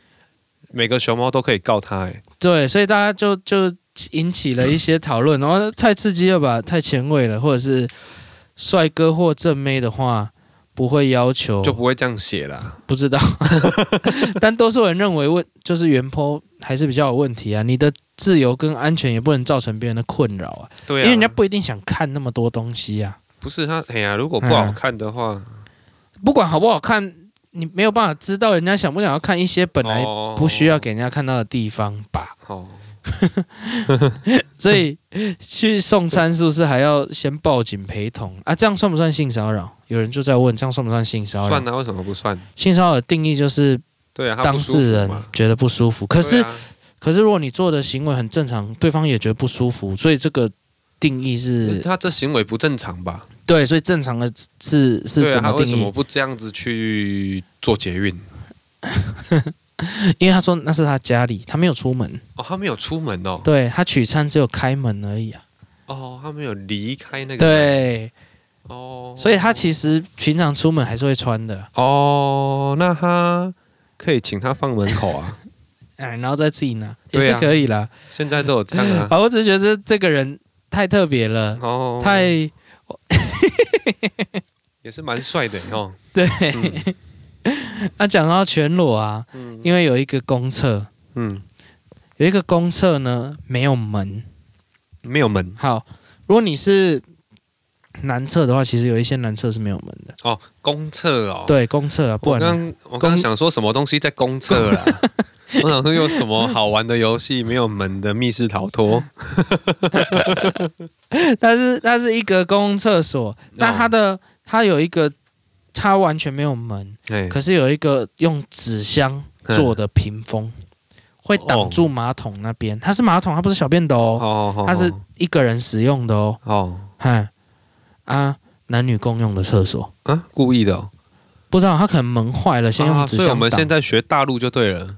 每个熊猫都可以告他哎，对，所以大家就就引起了一些讨论，然后太刺激了吧，太前卫了，或者是帅哥或正妹的话不会要求，就不会这样写啦。不 (laughs) 知道，但多数人认为问就是原坡还是比较有问题啊，你的自由跟安全也不能造成别人的困扰啊，对因啊，为人家不一定想看那么多东西啊。不是他，哎呀，如果不好看的话，嗯不管好不好看，你没有办法知道人家想不想要看一些本来哦不需要给人家看到的地方吧。哦，所以去送餐是不是还要先报警陪同啊？这样算不算性骚扰？有人就在问，这样算不算性骚扰算？啊，为什么不算？性骚扰的定义就是对啊，他当不舒服事人嘛觉得不舒服，可是、对啊可是如果你做的行为很正常，对方也觉得不舒服，所以这个定义是他这行为不正常吧？对，所以正常的是是对啊，怎他么为什定么义？不这样子去做捷运？因为他说那是他家里，他没有出门，哦，他没有出门哦，对他取餐只有开门而已啊。哦，他没有离开那个，，对，哦，所以他其实平常出门还是会穿的，哦，那他可以请他放门口 (laughs) 啊，哎，然后再自己拿也对啊是可以啦。现在都有这样啊啊，我只是觉得这个人太特别了，哦，太也是蛮帅的哦，对。嗯那讲到全裸啊，嗯因为有一个公厕，嗯，有一个公厕呢没有门。没有门好，如果你是男厕的话，其实有一些男厕是没有门的。哦，公厕哦，，对，公厕啊，不我然呢刚我刚公想说什么东西在公厕 (laughs) 啦。我想说有什么好玩的游戏没有门的密室逃脱？ (laughs) 它是它是一个公共厕哦所，那它的它有一个它完全没有门，哎，可是有一个用纸箱嗯做的屏风，会挡住马桶那边。它是马桶，它不是小便斗哦哦，哦，哦它是一个人使用的哦。哦嗨，啊，男女共用的厕所，啊故意的哦，不知道它可能门坏了，先用啊纸所以我箱们现挡。在学大陆就 (laughs) 对了，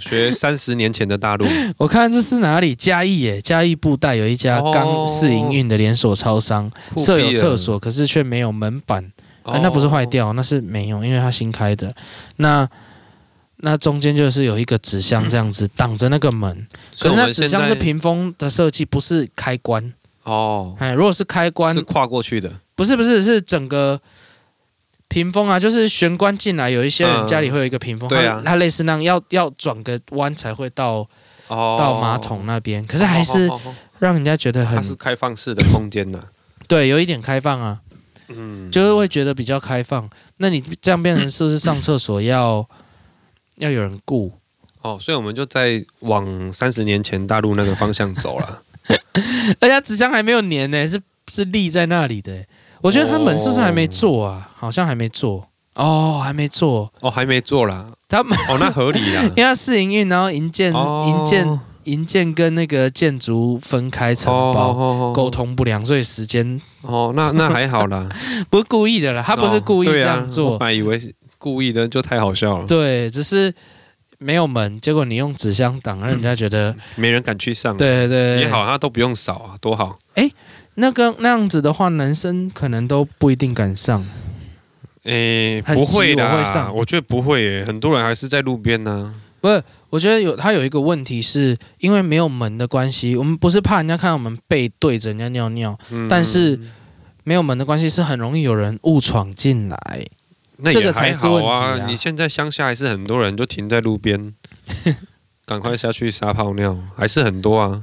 学三十年前的大陆。我看这是哪里？嘉义耶，嘉义布袋有一家哦刚试营运的连锁超商，酷 (laughs) 毙设有了哦厕，所，可是却没有门板。啊，那不是坏掉，那是没有，因为它新开的。那那中间就是有一个纸箱这样子挡着那个门，哦。可是所以我那们纸现箱是在屏风的设计，不是开关。哦，哎，如果是开关是，跨过去的。不是不是是整个屏风啊，就是玄关进来，有一些人嗯家里会有一个屏风，对啊它它类似那样，要要转个弯才会到哦，到马桶那边，可是还是哦哦哦哦让人家觉得它很是开放式的空间呐。对，有一点开放啊，嗯，就是会觉得比较开放。那你这样变成是不是上厕所要要有人顾？哦，所以我们就在往三十年前大陆那个方向走了。而且它纸箱还没有粘呢、是是立在那里的欸、我觉得他们是不是还没做啊？好像还没做哦，还没做。 (laughs) 哦，还没做啦。他们。哦，那合理啦因为它试营运，然后营建、哦营建营建跟那个建筑分开承包，哦沟通不良，所以时间 (laughs) 哦，那那还好啦，不是故意的啦， (laughs) 他不是故意这样哦对啊做我，本来以为是故意的，就太好笑了，对，只是没有门，结果你用纸箱挡，让人家觉得，没人敢去上，，对对对，嗯也好，他都不用扫啊，多好。那个那样子的话，男生可能都不一定敢上。诶，很不会急啦，我会上觉得不会耶，很多人还是在路边啊呢、我觉得有他有一个问题是，因为没有门的关系，我们不是怕人家看到我们背对着人家尿尿，嗯但是没有门的关系是很容易有人误闯进来。那这也个才还是好问题啊啊你现在乡下还是很多人就停在 (laughs) 路边，赶快下去撒泡尿，还是很多啊，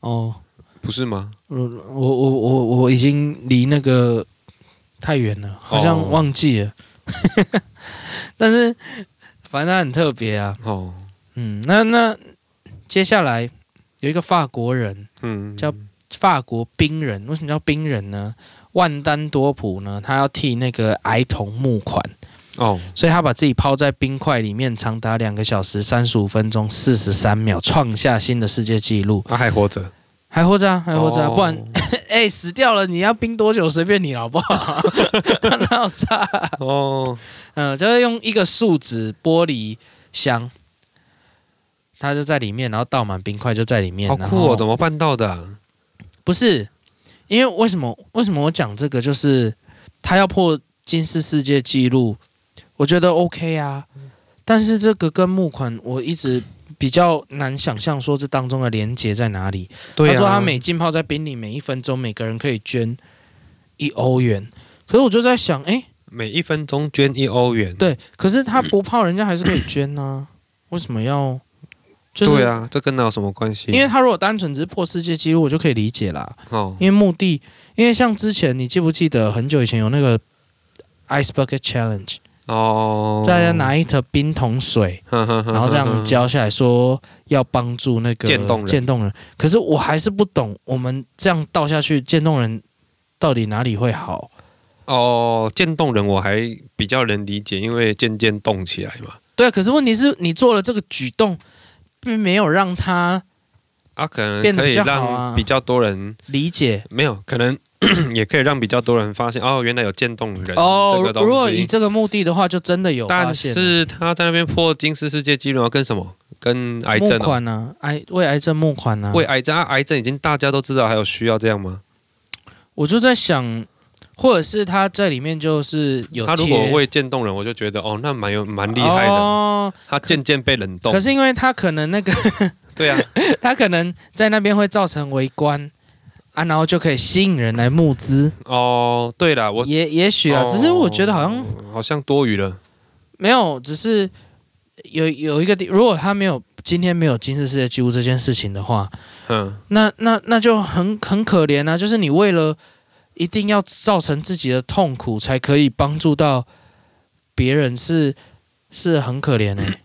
哦，不是吗？我我我我我已经离那个太远了，好像忘记了。 (laughs) 但是反正他很特别啊。哦，嗯，那那接下来有一个法国人，嗯，叫法国冰人，为什么叫冰人呢？万丹多普呢，他要替那个癌童募款，哦，所以他把自己泡在冰块里面长达两个小时三十五分钟四十三秒，创下新的世界纪录。他、啊还活着，还活着啊，还活着啊，哦不然 (laughs) 哎、死掉了，你要冰多久随便你好不好？ (laughs) 那好差、哦，嗯，就是用一个树脂玻璃箱，它就在里面，然后倒满冰块就在里面，好哎然酷后哦，怎么办到的啊、不是，因为为什么为什么我讲这个，就是他要破金氏世界纪录，我觉得 OK 啊。但是这个跟募款，我一直比较难想象说这当中的连结在哪里。对啊，他说他每浸泡在冰里每一分钟，每个人可以捐一欧元。可是我就在想，哎、每一分钟捐一欧元，对，啊可是他不泡，人家还是可以捐啊，为什么要？就是对啊，这跟那有什么关系？因为他如果单纯只是破世界纪录，我就可以理解啦。哦，因为目的，因为像之前你记不记得很久以前有那个 ice bucket challenge，哦，大家， (laughs) 拿一桶冰桶水，然然后这样浇下来，说要帮助那个渐冻人嗯渐冻人。可是我还是不懂，我们这样倒下去，渐冻人到底哪里会好？哦，渐冻人我还比较能理解，因为渐渐冻起来嘛。对啊，可是问题是你做了这个举动，并没有让他啊，可能变得可以比较好啊让比较多人理解。没有，可能 (coughs) 也可以让比较多人发现哦，原来有渐冻人这哦个，如果东以西。这个目的的话，就真的有发但现是他在那边破金氏世界纪录，啊跟什么？跟癌募症、哦？款啊，癌为癌症募款啊，为癌症、啊癌症已经大家都知道，还有需要这样吗？我就在想，或者是他在里面就是有他如贴果为渐冻人，我就觉得哦，那蛮有蛮厉害的。哦，他渐渐被冷冻可，是因为他可能那个 (laughs) 对啊，他可能在那边会造成围观啊，然后就可以吸引人来募资，哦，对了，我也也许啊，(laughs) 哦只是我觉得好像好像多余了。没有，只是有有一个地，如果他没有今天没有金氏世界纪录这件事情的话，嗯，那那那就很很可怜啊，就是你为了一定要造成自己的痛苦，才可以帮助到别人是，是很可怜的、欸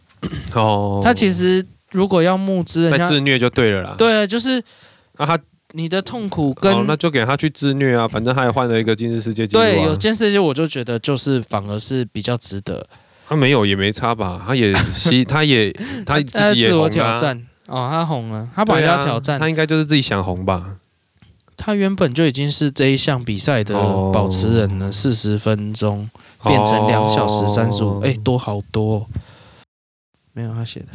哦，他其实如果要募资，在人家自虐就对了啦。，对，就是啊，他你的痛苦跟、哦、那就给他去自虐啊，反正他也换了一个今日世界纪录、啊。对有件事情，我就觉得就是反而是比较值得，他没有也没差吧，他也吸，(laughs) 他也他自他己也自红我啊挑，战哦，他红了，他他本来就要挑战，他应该就是自己想红吧？他原本就已经是这一项比赛的哦保持人了，四十分钟变成两小时哦三十五，哎，多好多、哦，没有他写的，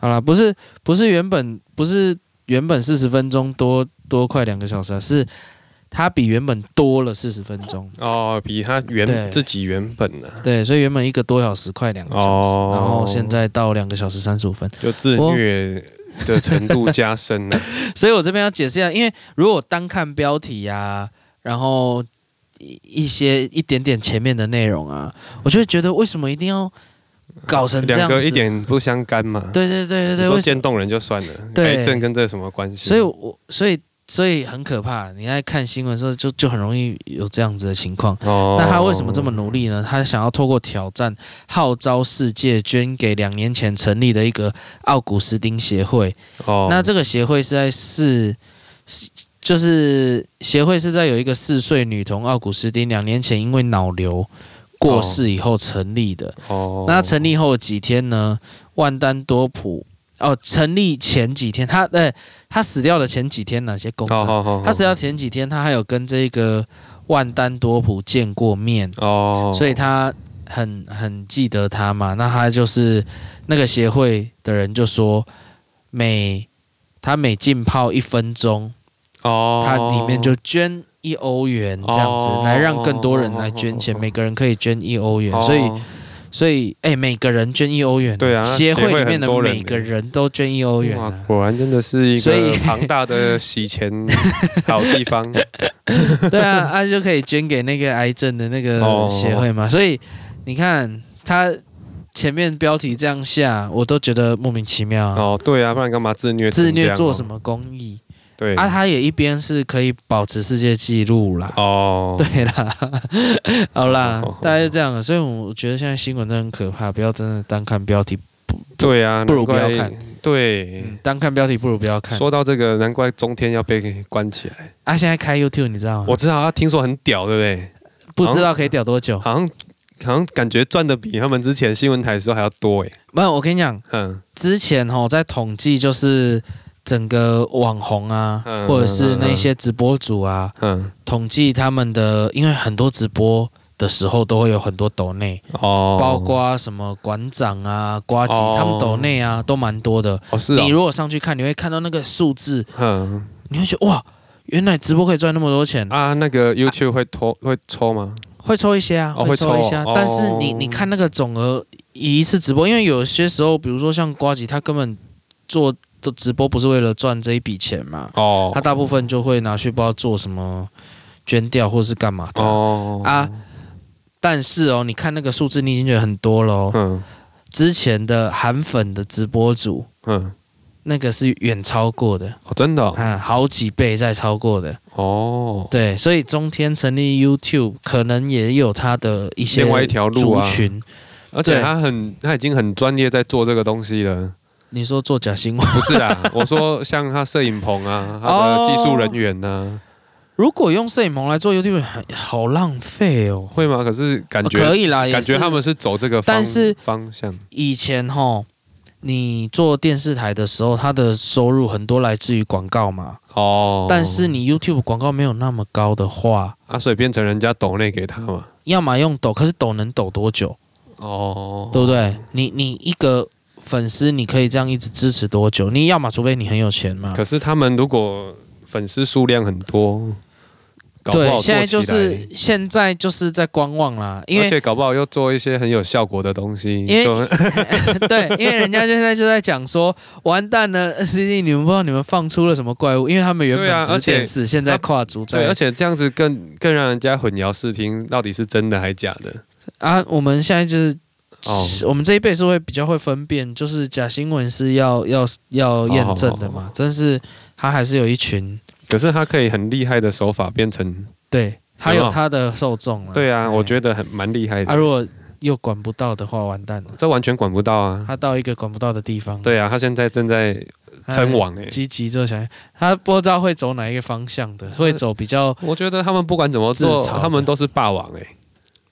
好啦，不是不是原本不是原本四十分钟多多快两个小时啊，是他比原本多了四十分钟。哦，比他原对自己原本呢、啊、对，所以原本一个多小时快两个小时，哦然后现在到两个小时三十五分。就自虐的程度加 (laughs) 深了、所以我这边要解释一下，因为如果单看标题呀、然后一一些一点点前面的内容啊，我就会觉得为什么一定要搞成这两样个一子？啊点不相干嘛。对对对对你对，说为什么？渐冻人就算了，对癌症跟这有什么关系？所以我所以所以很可怕。你在看新闻的时候，就就很容易有这样子的情况。哦那他为什么这么努力呢？他想要透过挑战，号召世界捐给两年前成立的一个奥古斯丁协会。哦那这个协会是在四，是就是协会是在有一个四岁女童奥古斯丁两年前因为脑瘤过世以后成立的。哦那成立后几天呢，万丹多普。哦，成立前几天，他呃他死掉的前几天哪些工好伤？好好，他死掉前几天，他还有跟这个万丹多普见过面，哦，所以他很很记得他嘛。那他就是那个协会的人就说，每他每浸泡一分钟，哦，他里面就捐一欧元这样子，哦来让更多人来捐钱，哦每个人可以捐一欧元，哦所以所以哎、每个人捐一欧元，对啊协协会里面的很多人每个人都捐一欧元、哇啊，果然真的是一所以个 (laughs) 庞大的洗钱好 (laughs) 地方。 (laughs) 对啊，他、就可以捐给那个癌症的那个哦协会嘛，所以你看他前面标题这样下，我都觉得莫名其妙啊。哦，对啊，不然干嘛自虐？自虐做什么？么公益？啊对啊，他也一边是可以保持世界纪录啦。哦，对啦， (laughs) 好啦哦，大概就这样了。所以我觉得现在新闻真的很可怕，不要真的单看标题，对啊，不如不要难怪看。对，嗯单看标题不如不要看。说到这个，难怪中天要被关起来。啊，现在开 YouTube 你知道吗？我知道他听说很屌，对不对？不知道可以屌多久。好像好像感觉赚的比他们之前新闻台的时候还要多哎。没有，我跟你讲，嗯，之前哈在统计就是整个网红啊，嗯或者是那些直播主啊，嗯，统计他们的，因为很多直播的时候都会有很多抖内，哦，包括什么馆长啊、瓜吉、哦他们抖内啊，都蛮多的。哦是哦你如果上去看，你会看到那个数字，嗯你会觉得哇，原来直播可以赚那么多钱，啊，那个 YouTube 会抽会抽吗？会抽一些啊，哦会抽会一抽些、啊哦但是你哦你看那个总额一次直播，因为有些时候，比如说像瓜吉，他根本做的直播不是为了赚这一笔钱嘛，哦，啊他大部分就会拿去不知道做什么捐掉或是干嘛的。哦啊，但是哦，你看那个数字，你已经觉得很多了、哦。嗯之前的韩粉的直播主，嗯，那个是远超过的，哦真的哦嗯，好几倍再超过的。哦，对，所以中天成立 YouTube 可能也有它的一些另外一条路族啊，群。而且对他很他已经很专业在做这个东西 (laughs) 了，你说做假新闻，不是啦，我说像他摄影棚啊，他的技术人员啊哦呐、如果用摄影棚来做 YouTube，很好浪费哦。会吗？可是感觉、哦可以啦，也感觉是他们是走这个方但是方向以前哈，你做电视台的时候，它的收入很多来自于广告嘛。哦，但是你 YouTube 广告没有那么高的话，啊，所以变成人家抖内给他嘛，要么用抖，可是抖能抖多久？哦，对不对？你你一个粉丝，你可以这样一直支持多久？你要么除非你很有钱嘛。可是他们如果粉丝数量很多，搞不好对，做现在就起来是现在就是在观望啦，因而为且搞不好又做一些很有效果的东西，因为就 (laughs) 对，因为人家现在就在讲说，完蛋了，C (laughs) D，你们不知道你们放出了什么怪物，因为他们原对啊本只而是且电视，现在他跨足在对，而且这样子更更让人家混淆视听，到底是真的还假的？啊，我们现在就是。哦我们这一辈是会比较会分辨，就是假新闻是要要要验证哦的嘛，但是他还是有一群，可是他可以很厉害的手法变成，对他有有没有他的受众了。对啊，我觉得得很蛮厉害他、啊、的。如果又管不到的话，完蛋了。这完全管不到啊！他到一个管不到的地方，对啊，他现在正在哎，称王哎、积极就想，他不知道会走哪一个方向的，会走比较我觉得他们不管怎么自做，嘲的他们都是霸王哎、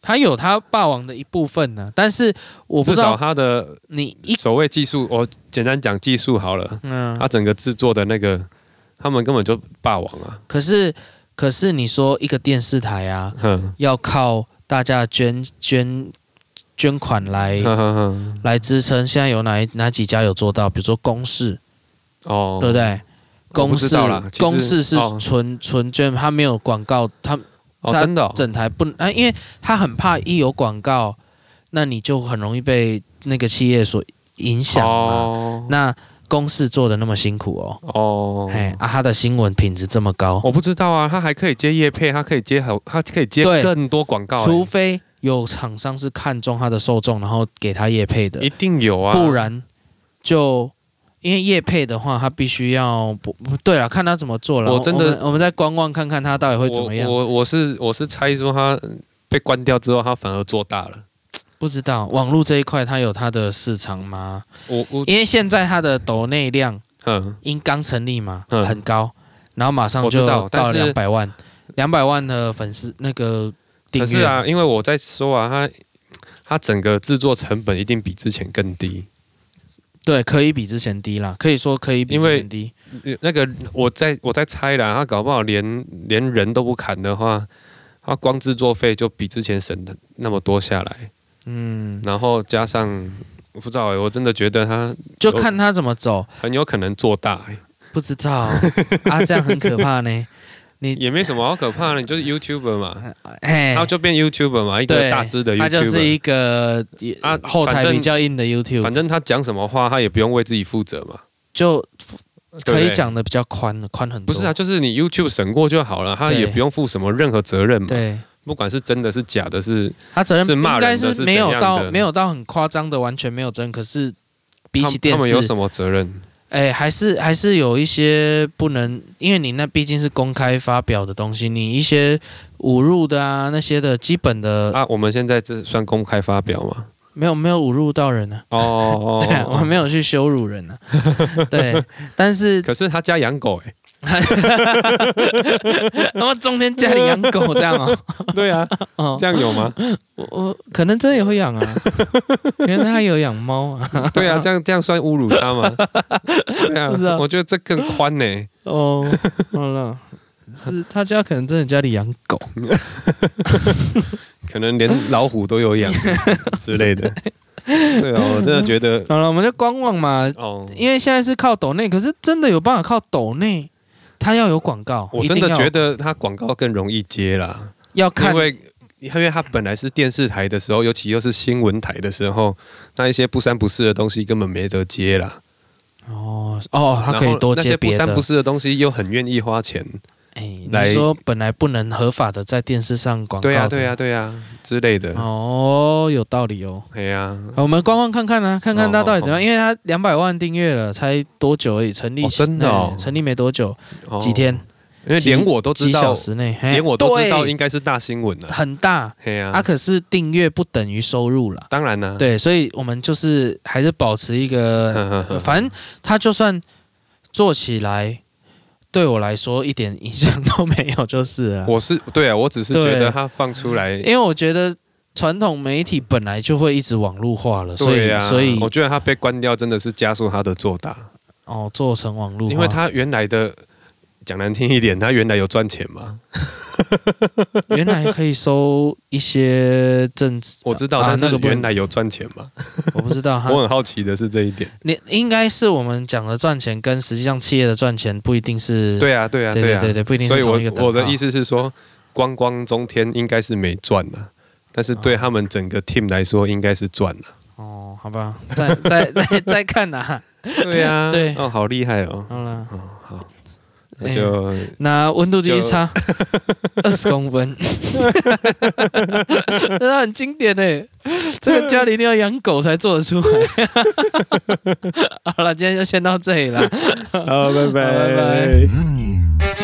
他有他霸王的一部分呢、但是我不至知少道他的你一所谓技术，我简单讲技术好了，嗯，他整个制作的那个，他们根本就霸王啊！可是可是你说一个电视台啊，哼，要靠大家捐捐捐款来哼哼哼，来支撑，现在有哪一哪几家有做到？比如说公视，哦，对不对？我公不知视道啦其实公视是哦纯纯捐，他没有广告，他哦，他真的哦、整台不啊，因为他很怕一有广告，那你就很容易被那个企业所影响嘛。哦那公视做的那么辛苦哦，哦，哎、啊，他的新闻品质这么高，我不知道啊，他还可以接叶配，他可以接好，他可以接对更多广告、欸，除非有厂商是看中他的受众，然后给他业配的一，定有啊，不然就因为业配的话，他必须要不不对了，看他怎么做了。我真的们我们再观望看看他到底会怎么样我，我我是我是猜说他嗯被关掉之后，他反而做大了。不知道网络这一块他有他的市场吗？我我因为现在他的抖内量嗯，因刚成立嘛，嗯很高，然后马上我知就到道但是两百万，两百万的粉丝那个订可阅是啊，因为我在说啊，他他整个制作成本一定比之前更低，对，可以比之前低啦，可以说可以比之前低。那个我在我在猜啦，他搞不好连连人都不砍的话，他光制作费就比之前省的那么多下来，嗯，然后加上我不知道哎、我真的觉得他就看他怎么走，很有可能做大、欸，不知 (laughs) 道啊，这样很可怕呢。也没什么好可怕的，你就是 YouTuber 嘛，哎然，后就变 YouTuber 嘛，一个对大只的他就是 YouTuber，一个啊后反台正比较硬的 YouTube，反正他讲什么话，他也不用为自己负责嘛，就对不可以对。讲的比较宽了，宽很不多。是啊，，就是你 YouTube 审过就好了，他对也不用负什么任何责任嘛。对不管是真的是假的，是他责任是应骂该人的是是没有怎样到的没有到很夸张的，完全没有责任。可是比他起电他们有视，什么责任？哎，还是还是有一些不能，因为你那毕竟是公开发表的东西，你一些侮辱的啊那些的基本的，啊，我们现在这算公开发表吗？没有没有侮辱到人啊。，(laughs) 哦哦对啊，我没有。有去羞辱人 (laughs) 啊，对，但 (laughs) 是可是他家养狗哎、然后中间家里养狗这样哦， (laughs) 对 (laughs) 啊，哦这样有 (laughs) 吗？我我可能真的也会养 (laughs) 啊，原来他有养猫啊，对啊，这样这样算侮辱他吗？对啊 (laughs) 不知道，我觉得这更宽呢、哦，好了，是他家可能真的家里养狗，可能连老虎都有 (laughs) 养之类的。对 (laughs) 啊，我真的觉得好了，我们就观望嘛， (laughs) 哦，因为现在是靠抖内，可是真的有办法靠抖内，他要有广告，我一真定的要觉得他广告更容易接啦。要看因为因为它本来是电视台的时候，尤其又是新闻台的时候，那一些不三不四的东西根本没得接啦。哦哦，他可然以后多那接些不别的三，不四的东西又很愿意花钱。哎，你来说本来啊不能合法的在电视上广告，对呀、啊对呀、，对呀、之类的。哦，有道理哦。哎呀、好我们观望看看啊，看看他到底怎么样，哦哦因为他两百万订阅了，才多久而已，成立、哦真的哦哎成立没多久，哦几？天，因为连我都知几道小，时内，嘿连我都知道对应该是大新闻了。很大，哎呀、啊，可是订阅不等于收入啦，当然啦、对，所以我们就是还是保持一个， (laughs) 呵呵呵，反正他就算做起来，对我来说一点影响都没有，就是了，我是对啊，我只是对觉得他放出来因。为我觉得传统媒体本来就会一直网络化了，所对以、呀、所以我觉得他被关掉真的是加速他的做大。哦，做成网络化，因为他原来的讲难听一点，他原来有赚钱嘛，原来可以收一些政 (laughs) 治，我知道，啊但那是个不能啊原来有赚钱嘛，我不知道哈我。很好奇的是这一点。你应该是我们讲的赚钱，跟实际上企业的赚钱不一定是对啊，对啊，对对啊对，对，不一定所是以同一个我我的意思，思是说，光光中天应该是没赚的、但是对他们整个 team 来说应该是赚的、哦，好吧，再再 (laughs) 再再看呐、对 (laughs) 啊对哦，好厉害哦，好了，哦好，哎那 (laughs) 就、那温度计 (laughs) 差二十公 (laughs) 分，那很经典诶，这个家里一定要养狗才做得出 (laughs) 来。好了，今天就先到这里了。好，拜拜拜拜。